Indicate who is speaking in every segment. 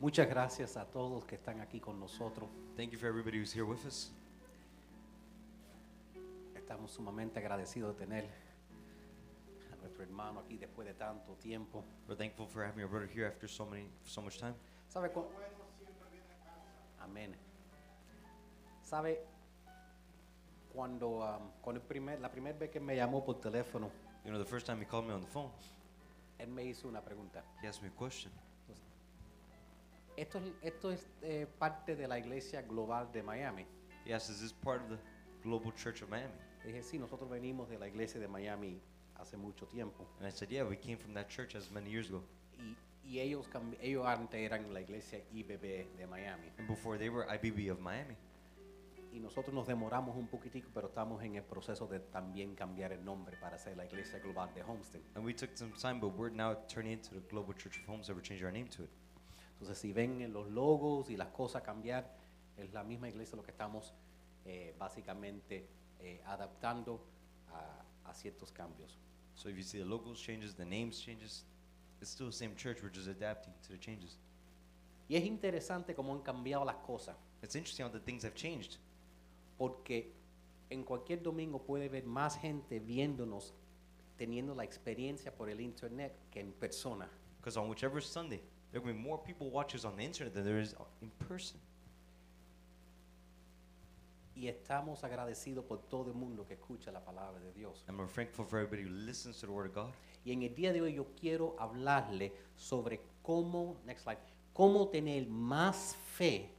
Speaker 1: Muchas gracias a todos los que están aquí con nosotros.
Speaker 2: Thank you for everybody who's here with us.
Speaker 1: Estamos sumamente agradecidos de tener a nuestro hermano aquí después de tanto tiempo.
Speaker 2: We're thankful for having our brother here after so many, so much time.
Speaker 1: ¿Sabe cu- Amén. ¿Sabe? Cuando, um, cuando el primer- la primera vez que me llamó por teléfono,
Speaker 2: You know, the first time he called me on the phone,
Speaker 1: él me hizo una pregunta.
Speaker 2: he asked me a question.
Speaker 1: Esto es, esto es eh, parte de la iglesia global de Miami.
Speaker 2: He asked, "Is this part of the Global Church of Miami?"
Speaker 1: Le dije, sí, nosotros venimos de la iglesia de Miami hace mucho tiempo.
Speaker 2: And I said, "Yeah, we came from that church as many years ago."
Speaker 1: Y, y ellos, cambi- ellos antes eran la iglesia IBB de Miami.
Speaker 2: And before they were IBB of Miami.
Speaker 1: Y nosotros nos demoramos un poquitico, pero estamos en el proceso de también cambiar el nombre para ser la iglesia global de Homestead.
Speaker 2: And we took some time, but we're now turning into the Global Church of Homes, and we're changing our name to it.
Speaker 1: Entonces, si ven en los logos y las cosas cambiar, es la misma iglesia lo que estamos eh, básicamente eh, adaptando a, a ciertos cambios.
Speaker 2: So if you see the logos changes, the names changes, it's still the same church, we're just adapting to the changes.
Speaker 1: Y es interesante cómo han cambiado las cosas,
Speaker 2: It's interesting how the things have changed.
Speaker 1: porque en cualquier domingo puede haber más gente viéndonos, teniendo la experiencia por el internet que en persona.
Speaker 2: Because on whichever Sunday, there will be more people watch us on the internet than there is in person.
Speaker 1: Y estamos agradecidos por todo el mundo que escucha la palabra de Dios.
Speaker 2: And we're thankful for everybody who listens to the Word of God.
Speaker 1: Y en el día de hoy yo quiero hablarle sobre cómo, next slide, cómo tener más fe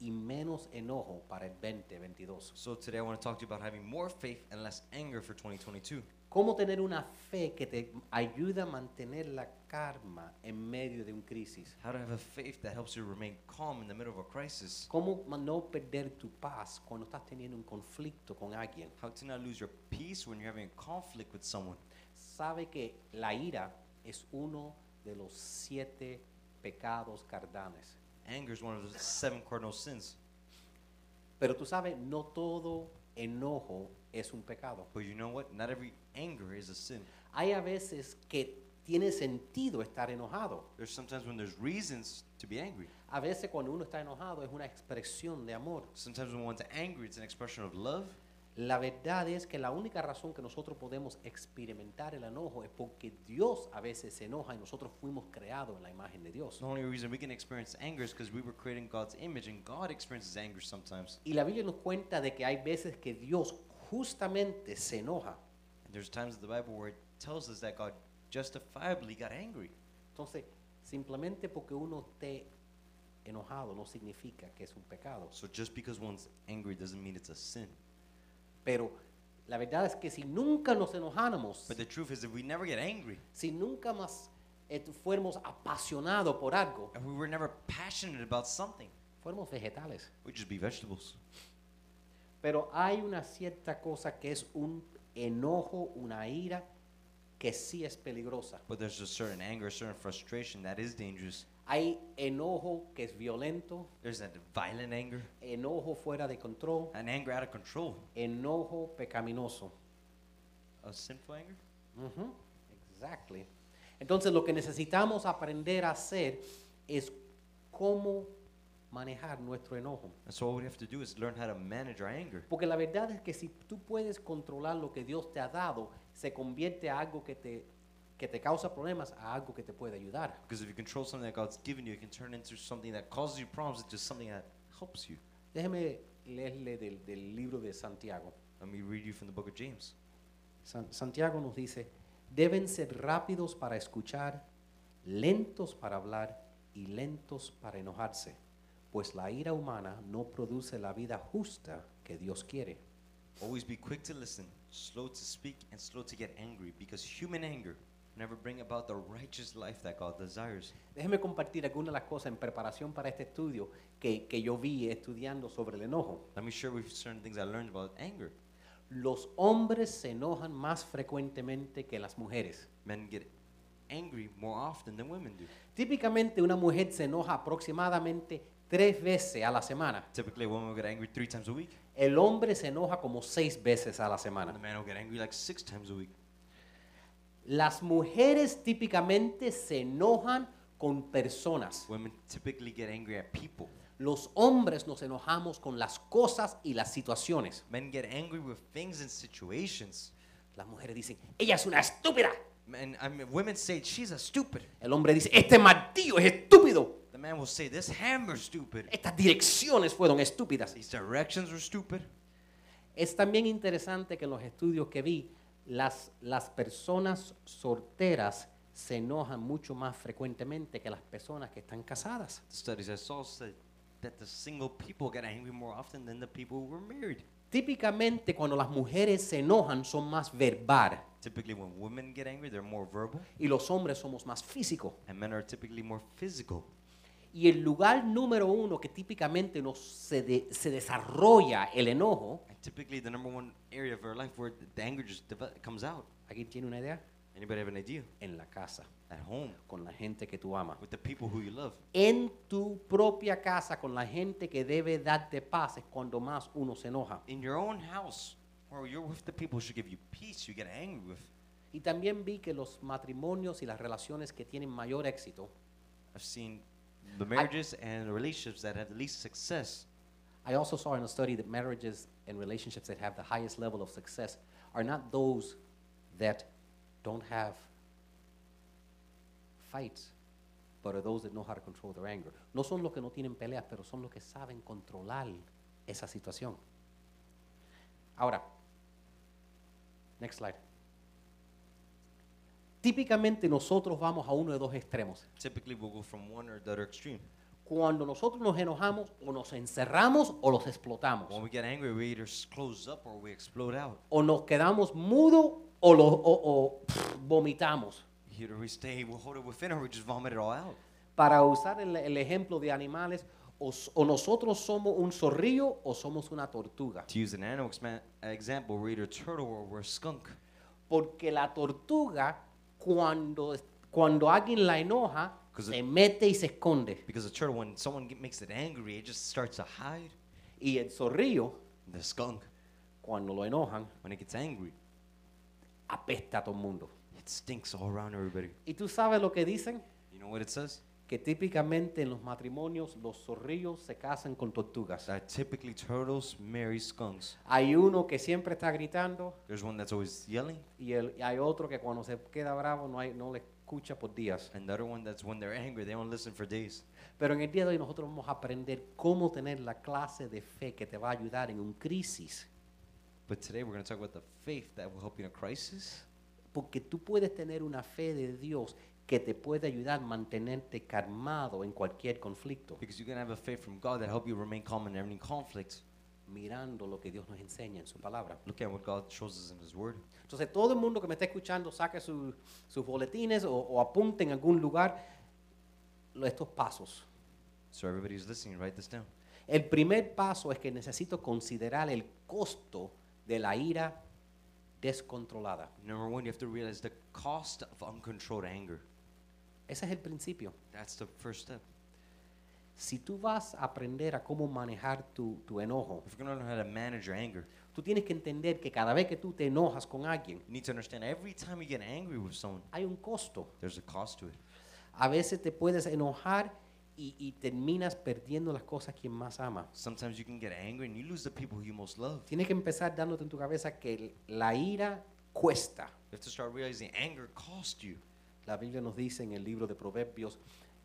Speaker 1: y menos enojo para el 2022.
Speaker 2: So today I want to talk to you about having more faith and less anger for 2022.
Speaker 1: Cómo tener una fe que te ayuda a mantener la calma en medio de un crisis.
Speaker 2: How to have a faith that helps you remain calm in the middle of a crisis.
Speaker 1: Cómo ma- no perder tu paz cuando estás teniendo un conflicto con alguien.
Speaker 2: How to not lose your peace when you're having a conflict with someone.
Speaker 1: Sabe que la ira es uno de los siete pecados cardanes.
Speaker 2: Anger is one of the seven cardinal sins.
Speaker 1: Pero tú sabes, no todo enojo es un pecado.
Speaker 2: But you know what? Not every anger is a sin.
Speaker 1: Hay a veces que tiene sentido estar enojado.
Speaker 2: There's sometimes when there's reasons to be angry.
Speaker 1: A veces cuando uno está enojado es una expresión de amor.
Speaker 2: Sometimes when one's angry, it's an expression of love.
Speaker 1: La verdad es que la única razón que nosotros podemos experimentar el enojo es porque Dios a veces se enoja y nosotros fuimos creados en la imagen de Dios.
Speaker 2: The only reason we can experience anger is because we were created in God's image, and God experiences anger sometimes.
Speaker 1: Y la Biblia nos cuenta de que hay veces que Dios justamente se enoja.
Speaker 2: And there's times in the Bible where it tells us that God justifiably got angry.
Speaker 1: Entonces, simplemente porque uno esté enojado no significa que es un pecado.
Speaker 2: So just because one's angry doesn't mean it's a sin.
Speaker 1: Pero la verdad es que si nunca nos enojáramos,
Speaker 2: But the truth is, if we never get angry,
Speaker 1: si nunca más eh, fuéramos apasionados por algo,
Speaker 2: if we were never passionate about something,
Speaker 1: fuéramos vegetales.
Speaker 2: we'd just be vegetables.
Speaker 1: Pero hay una cierta cosa que es un enojo, una ira, que sí es peligrosa.
Speaker 2: But there's a certain anger, a certain frustration that is dangerous.
Speaker 1: Hay enojo que es violento,
Speaker 2: There's that violent anger,
Speaker 1: enojo fuera de control,
Speaker 2: an anger out of control,
Speaker 1: enojo pecaminoso.
Speaker 2: a sinful anger.
Speaker 1: Ujú, Exactly. Entonces lo que necesitamos aprender a hacer es cómo manejar nuestro enojo.
Speaker 2: And so all we have to do is learn how to manage our anger.
Speaker 1: Porque la verdad es que si tú puedes controlar lo que Dios te ha dado, se convierte a algo que te, que te causa problemas, a algo que te puede ayudar.
Speaker 2: Because if you control something that God's given you, it can turn into something that causes you problems into something that helps you.
Speaker 1: Déjeme leerle del, del libro de Santiago.
Speaker 2: Let me read you from the book of James.
Speaker 1: San- Santiago nos dice, deben ser rápidos para escuchar, lentos para hablar y lentos para enojarse, pues la ira humana no produce la vida justa que Dios quiere.
Speaker 2: Always be quick to listen, slow to speak, and slow to get angry, because human anger will never bring about the righteous life that God desires.
Speaker 1: Déjeme compartir algunas de las cosas en preparación para este estudio que, que yo vi estudiando sobre el enojo.
Speaker 2: Let me share with you certain things I learned about anger.
Speaker 1: Los hombres se enojan más frecuentemente que las mujeres.
Speaker 2: Men get angry more often than women do.
Speaker 1: Típicamente una mujer se enoja aproximadamente tres veces a la semana.
Speaker 2: Typically, a woman will get angry three times a week,
Speaker 1: El hombre se enoja como seis veces a la
Speaker 2: and a
Speaker 1: semana.
Speaker 2: man will get angry like six times a week.
Speaker 1: Las mujeres típicamente se enojan con personas.
Speaker 2: Women typically get angry at people.
Speaker 1: Los hombres nos enojamos con las cosas y las situaciones.
Speaker 2: Men get angry with things and situations.
Speaker 1: Las mujeres dicen, ella es una estúpida.
Speaker 2: And I mean, women say, she's a stupid.
Speaker 1: El hombre dice, este martillo es estúpido.
Speaker 2: The man will say, this hammer's stupid.
Speaker 1: Estas direcciones fueron estúpidas.
Speaker 2: These directions were stupid.
Speaker 1: Es también interesante que en los estudios que vi, las, las personas solteras se enojan mucho más frecuentemente que las personas que están casadas.
Speaker 2: The studies I saw said that the single people get angry more often than the people who were married.
Speaker 1: Típicamente cuando las mujeres se enojan son más verbal
Speaker 2: Typically, when women get angry, they're more verbal,
Speaker 1: y los hombres somos más físicos.
Speaker 2: and men are typically more physical.
Speaker 1: Y el lugar número uno que típicamente nos se, de- se desarrolla el enojo,
Speaker 2: And typically, the number one area of our life where the anger just devel- comes out.
Speaker 1: aquí tiene una idea,
Speaker 2: Anybody have an idea?
Speaker 1: en la casa,
Speaker 2: At home,
Speaker 1: con la gente que tú amas.
Speaker 2: with the people who you love,
Speaker 1: En tu propia casa, con la gente que debe darte paz, es cuando más uno se enoja.
Speaker 2: in your own house, where you're with the people who should give you peace, you get angry with.
Speaker 1: Y también vi que los matrimonios y las relaciones que tienen mayor éxito,
Speaker 2: I've seen the marriages and relationships that have the least success.
Speaker 1: I also saw in a study that marriages and relationships that have the highest level of success are not those that don't have fights, but are those that know how to control their anger. No son los que no tienen peleas, pero son los que saben controlar esa situación. Ahora, next slide. Típicamente nosotros vamos a uno de dos extremos.
Speaker 2: Typically, we'll go from one or the other extreme.
Speaker 1: Cuando nosotros nos enojamos, o nos encerramos o los explotamos.
Speaker 2: When we get angry, we either s- close up or we explode out.
Speaker 1: o nos quedamos mudos o, lo- o- o, pff, vomitamos.
Speaker 2: Either we stay, we hold it within, or we just vomit it all out.
Speaker 1: Para usar el, el ejemplo de animales, o, s- o nosotros somos un zorrillo o somos una tortuga.
Speaker 2: To use an animal exma- example, we're either a turtle or we're a skunk.
Speaker 1: Porque la tortuga, cuando, es- cuando alguien la enoja,
Speaker 2: Because
Speaker 1: se
Speaker 2: it-
Speaker 1: mete y se esconde.
Speaker 2: Because a turtle, when someone get, makes it angry, it just starts to hide.
Speaker 1: Y el zorrillo,
Speaker 2: The skunk,
Speaker 1: cuando lo enojan,
Speaker 2: when it gets angry,
Speaker 1: apesta a todo el mundo.
Speaker 2: it stinks all around everybody.
Speaker 1: ¿Y tú sabes lo que dicen?
Speaker 2: You know what it says?
Speaker 1: Que típicamente en los matrimonios los zorrillos se casan con tortugas.
Speaker 2: That typically turtles marry skunks.
Speaker 1: Hay uno que siempre está gritando,
Speaker 2: There's one that's always yelling,
Speaker 1: y, el- y hay otro que cuando se queda bravo no, hay, no le escucha por días.
Speaker 2: and the other one that's when they're angry, they don't listen for days.
Speaker 1: Pero en el día de hoy nosotros vamos a aprender cómo tener la clase de fe que te va a ayudar en un crisis.
Speaker 2: But today we're going to talk about the faith that will help you in a crisis.
Speaker 1: Porque tú puedes tener una fe de Dios que te puede ayudar a mantenerte calmado en cualquier conflicto,
Speaker 2: Because you're going to have a faith from God that help you remain calm in any conflict.
Speaker 1: mirando lo que Dios nos enseña en su palabra.
Speaker 2: Look at what God shows us in His Word.
Speaker 1: Entonces todo el mundo que me está escuchando saque su- sus boletines o, o apunte en algún lugar lo- estos pasos.
Speaker 2: So everybody who's listening, write this down.
Speaker 1: El primer paso es que necesito considerar el costo de la ira descontrolada.
Speaker 2: Number one, you have to realize the cost of uncontrolled anger.
Speaker 1: Ese es el principio.
Speaker 2: That's the first step.
Speaker 1: Si tú vas a aprender a cómo manejar tu, tu enojo,
Speaker 2: If you're going to learn how to manage your anger,
Speaker 1: tú tienes que entender que cada vez que tú te enojas con alguien,
Speaker 2: you need to understand every time you get angry with someone,
Speaker 1: hay un costo.
Speaker 2: there's a cost to it.
Speaker 1: A veces te puedes enojar y, y terminas perdiendo las cosas que más ama.
Speaker 2: Sometimes you can get angry and you lose the people who you most love.
Speaker 1: Tienes que empezar dándote en tu cabeza que el- la ira cuesta.
Speaker 2: You have to start realizing anger cost you.
Speaker 1: La Biblia nos dice en el libro de Proverbios,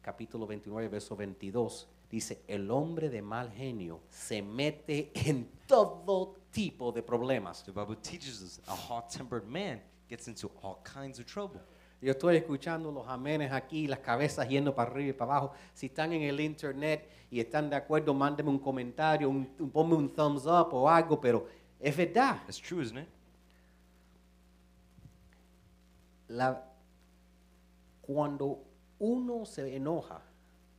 Speaker 1: capítulo 29, verso 22, dice, el hombre de mal genio se mete en todo tipo de problemas.
Speaker 2: The Bible teaches us a hot tempered man gets into all kinds of trouble.
Speaker 1: Yo estoy escuchando los amenes aquí, las cabezas yendo para arriba y para abajo. Si están en el internet y están de acuerdo, mándeme un comentario, un, un- ponme un thumbs up o algo, pero es verdad.
Speaker 2: That's true, isn't it?
Speaker 1: La- cuando uno se enoja,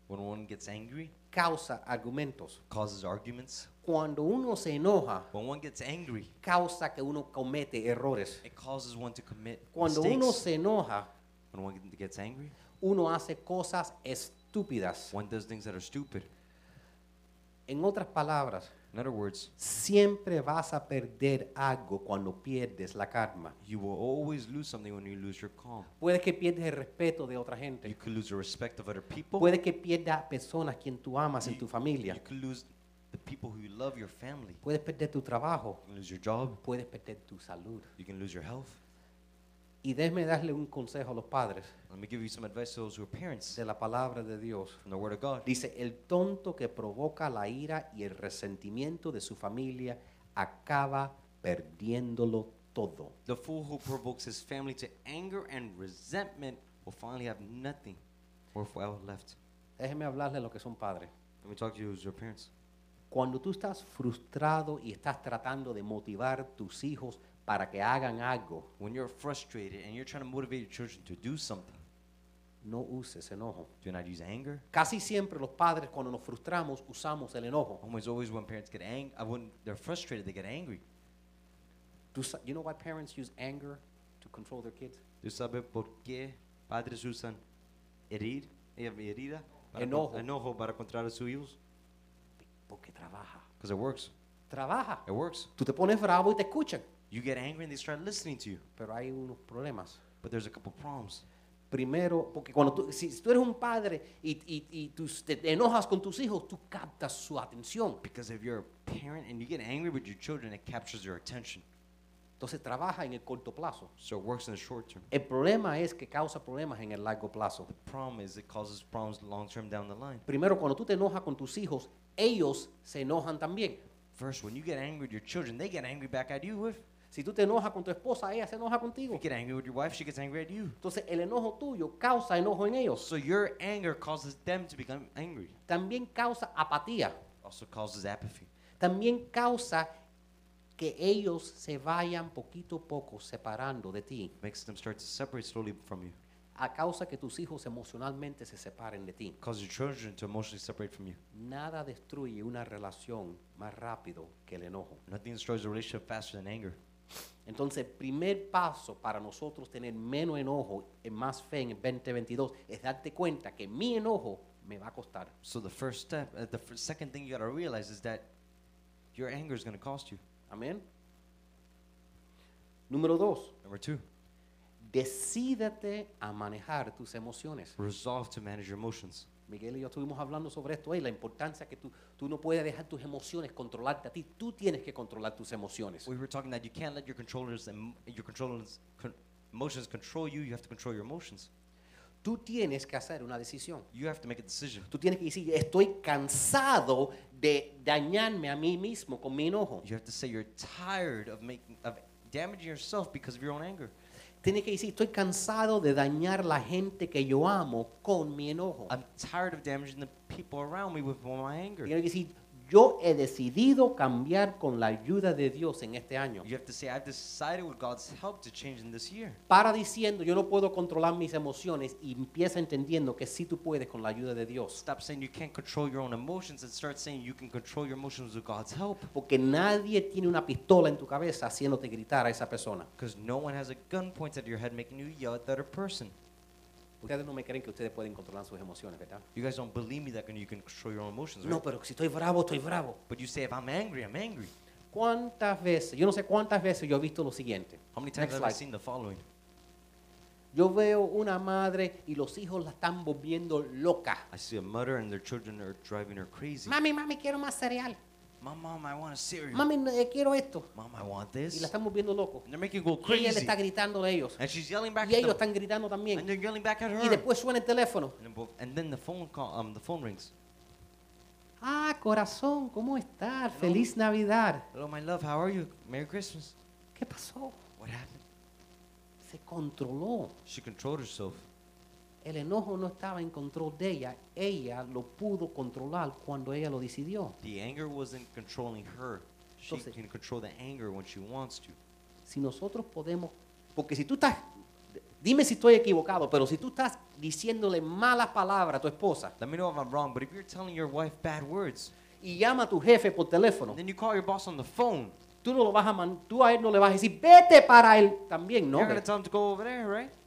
Speaker 2: When one gets angry,
Speaker 1: causa argumentos.
Speaker 2: causes arguments.
Speaker 1: Cuando uno se enoja,
Speaker 2: When one gets angry,
Speaker 1: causa que uno comete errores.
Speaker 2: it causes one to commit
Speaker 1: Cuando uno
Speaker 2: mistakes.
Speaker 1: se enoja,
Speaker 2: when one get- gets angry,
Speaker 1: uno hace cosas estúpidas.
Speaker 2: one does things that are stupid.
Speaker 1: En otras palabras,
Speaker 2: In other words,
Speaker 1: siempre vas a perder algo cuando pierdes la calma.
Speaker 2: you will always lose something when you lose your calm.
Speaker 1: Puede que pierdas el respeto de otra
Speaker 2: You
Speaker 1: gente.
Speaker 2: could lose the respect of other people.
Speaker 1: Puede que pierdas personas quien tú amas en
Speaker 2: you,
Speaker 1: tu
Speaker 2: you
Speaker 1: familia.
Speaker 2: could lose the people who you love, your family.
Speaker 1: Puedes perder tu trabajo.
Speaker 2: You can lose your job.
Speaker 1: Puedes perder tu salud.
Speaker 2: You can lose your health.
Speaker 1: Y déjeme darle un consejo a los padres
Speaker 2: Let me give you some advice to those who are parents
Speaker 1: de la palabra de Dios.
Speaker 2: from the Word of God.
Speaker 1: Dice, el tonto que provoca la ira y el resentimiento de su familia acaba perdiéndolo todo.
Speaker 2: The fool who provokes his family to anger and resentment will finally have nothing worthwhile left.
Speaker 1: Déjeme hablarle a los que son padres.
Speaker 2: Let me talk to you as your parents.
Speaker 1: Cuando tú estás frustrado y estás tratando de motivar tus hijos para que hagan algo,
Speaker 2: When you're frustrated and you're trying to motivate your children to do something,
Speaker 1: no uses enojo.
Speaker 2: do not use anger.
Speaker 1: Casi siempre los padres cuando nos frustramos usamos el enojo.
Speaker 2: Almost always when parents get angry, when they're frustrated, they get angry.
Speaker 1: Tú sa- you know why parents use anger to control their kids?
Speaker 2: ¿Tú sabes por qué padres usan herir, eh, herida, para
Speaker 1: Enojo.
Speaker 2: con- enojo para controlar a sus hijos?
Speaker 1: Porque trabaja.
Speaker 2: Because it works.
Speaker 1: Trabaja.
Speaker 2: It works.
Speaker 1: Tú te pones bravo y te escuchan.
Speaker 2: You get angry and they start listening to you.
Speaker 1: Pero hay unos problemas.
Speaker 2: But there's a couple problems.
Speaker 1: Primero, porque cuando tú, si, si tú eres un padre y, y- y tú te enojas con tus hijos, tú captas su atención.
Speaker 2: Because if you're a parent and you get angry with your children, it captures their attention.
Speaker 1: Entonces trabaja en el corto plazo.
Speaker 2: So it works in the short term.
Speaker 1: El problema es que causa problemas en el largo plazo.
Speaker 2: The problem is it causes problems long term down the line.
Speaker 1: Primero, cuando tú te enojas con tus hijos, ellos se enojan también.
Speaker 2: First, when you get angry with your children, they get angry back at you with.
Speaker 1: Si tú te enojas con tu esposa, ella se enoja
Speaker 2: You
Speaker 1: contigo.
Speaker 2: get angry with your wife, she gets angry at you.
Speaker 1: Entonces el enojo tuyo causa enojo en ellos.
Speaker 2: So your anger causes them to become angry.
Speaker 1: También causa apatía.
Speaker 2: Also causes apathy.
Speaker 1: También causa que ellos se vayan poquito a poco separando de ti.
Speaker 2: Makes them start to separate slowly from you.
Speaker 1: a causa que tus hijos emocionalmente se separen de ti.
Speaker 2: Causes your children to emotionally separate from you.
Speaker 1: Nada destruye una relación más rápido que el enojo.
Speaker 2: Nothing destroys a relationship faster than anger.
Speaker 1: Entonces, el primer paso para nosotros tener menos enojo y más fe en el 2022 es darte cuenta que mi enojo me va a costar.
Speaker 2: So the first step, uh, the f- second thing you gotta realize is that your anger is gonna cost you.
Speaker 1: Amén. Número dos,
Speaker 2: Number two,
Speaker 1: decídete a manejar tus emociones.
Speaker 2: resolve to manage your emotions.
Speaker 1: Miguel y yo estuvimos hablando sobre esto y la importancia que tú, tú no puedes dejar tus emociones controlarte a ti. Tú tienes que controlar tus emociones.
Speaker 2: We were talking that you can't let your controllers and your controllers con- emotions control you. You have to control your emotions.
Speaker 1: Tú tienes que hacer una decisión.
Speaker 2: You have to make a decision.
Speaker 1: Tú tienes que decir, estoy cansado de dañarme a mí mismo con mi enojo.
Speaker 2: You have to say you're tired of making of damaging yourself because of your own anger.
Speaker 1: Tienes que decir, estoy cansado de dañar la gente que yo amo con mi enojo.
Speaker 2: I'm tired of damaging the people around me with my anger.
Speaker 1: Tienes que decir, yo he decidido cambiar con la ayuda de Dios en este año.
Speaker 2: You have to say I've decided with God's help to change in this year.
Speaker 1: Para diciendo, yo no puedo controlar mis emociones y empieza entendiendo que sí tú puedes con la ayuda de Dios.
Speaker 2: Stop saying you can't control your own emotions and start saying you can control your emotions with God's help.
Speaker 1: Porque nadie tiene una pistola en tu cabeza haciéndote gritar a esa persona.
Speaker 2: Because no one has a gun pointed at your head making you yell at the other person.
Speaker 1: Ustedes no me creen que ustedes pueden controlar sus emociones, ¿verdad?
Speaker 2: You guys don't believe me that can- you can control your own emotions, right?
Speaker 1: No, pero si estoy bravo, estoy bravo.
Speaker 2: But you say if I'm angry, I'm angry.
Speaker 1: ¿Cuántas veces? Yo no sé cuántas veces yo he visto lo siguiente.
Speaker 2: How many times
Speaker 1: Next
Speaker 2: have I
Speaker 1: slide.
Speaker 2: seen the following?
Speaker 1: Yo veo una madre y los hijos la están volviendo loca.
Speaker 2: I see a mother and their children are driving her crazy.
Speaker 1: Mami, mami, quiero más cereal.
Speaker 2: Mom, mom, I want a cereal.
Speaker 1: Mami, eh, quiero esto.
Speaker 2: Mom, I want
Speaker 1: Y
Speaker 2: this.
Speaker 1: la están volviendo loco.
Speaker 2: And they're making you go
Speaker 1: Y ella le
Speaker 2: crazy.
Speaker 1: está gritando a ellos.
Speaker 2: And she's yelling back
Speaker 1: Y
Speaker 2: at
Speaker 1: ellos
Speaker 2: them.
Speaker 1: están gritando
Speaker 2: And
Speaker 1: también.
Speaker 2: they're yelling back at her.
Speaker 1: Y después suena el teléfono.
Speaker 2: And then bo- And then the phone call, um, the phone rings.
Speaker 1: Ah, corazón, ¿cómo estás? Feliz Navidad.
Speaker 2: Hello, my love, how are you? Merry Christmas.
Speaker 1: ¿Qué pasó?
Speaker 2: What happened?
Speaker 1: Se controló.
Speaker 2: She controlled herself.
Speaker 1: El enojo no estaba en control de ella. Ella lo pudo controlar cuando ella lo decidió.
Speaker 2: The anger wasn't controlling her. She
Speaker 1: Entonces-
Speaker 2: can control the anger when she wants to.
Speaker 1: si nosotros podemos, porque si tú estás, dime si estoy equivocado, pero si tú estás diciéndole malas palabras a tu esposa
Speaker 2: Let me know if I'm wrong, but if you're telling your wife bad words,
Speaker 1: y llama a tu jefe por teléfono,
Speaker 2: then you call your boss on the phone.
Speaker 1: tú no lo vas a, man- tú a él no le vas a decir, vete para él también, no.
Speaker 2: You're gonna tell him to go over there, right?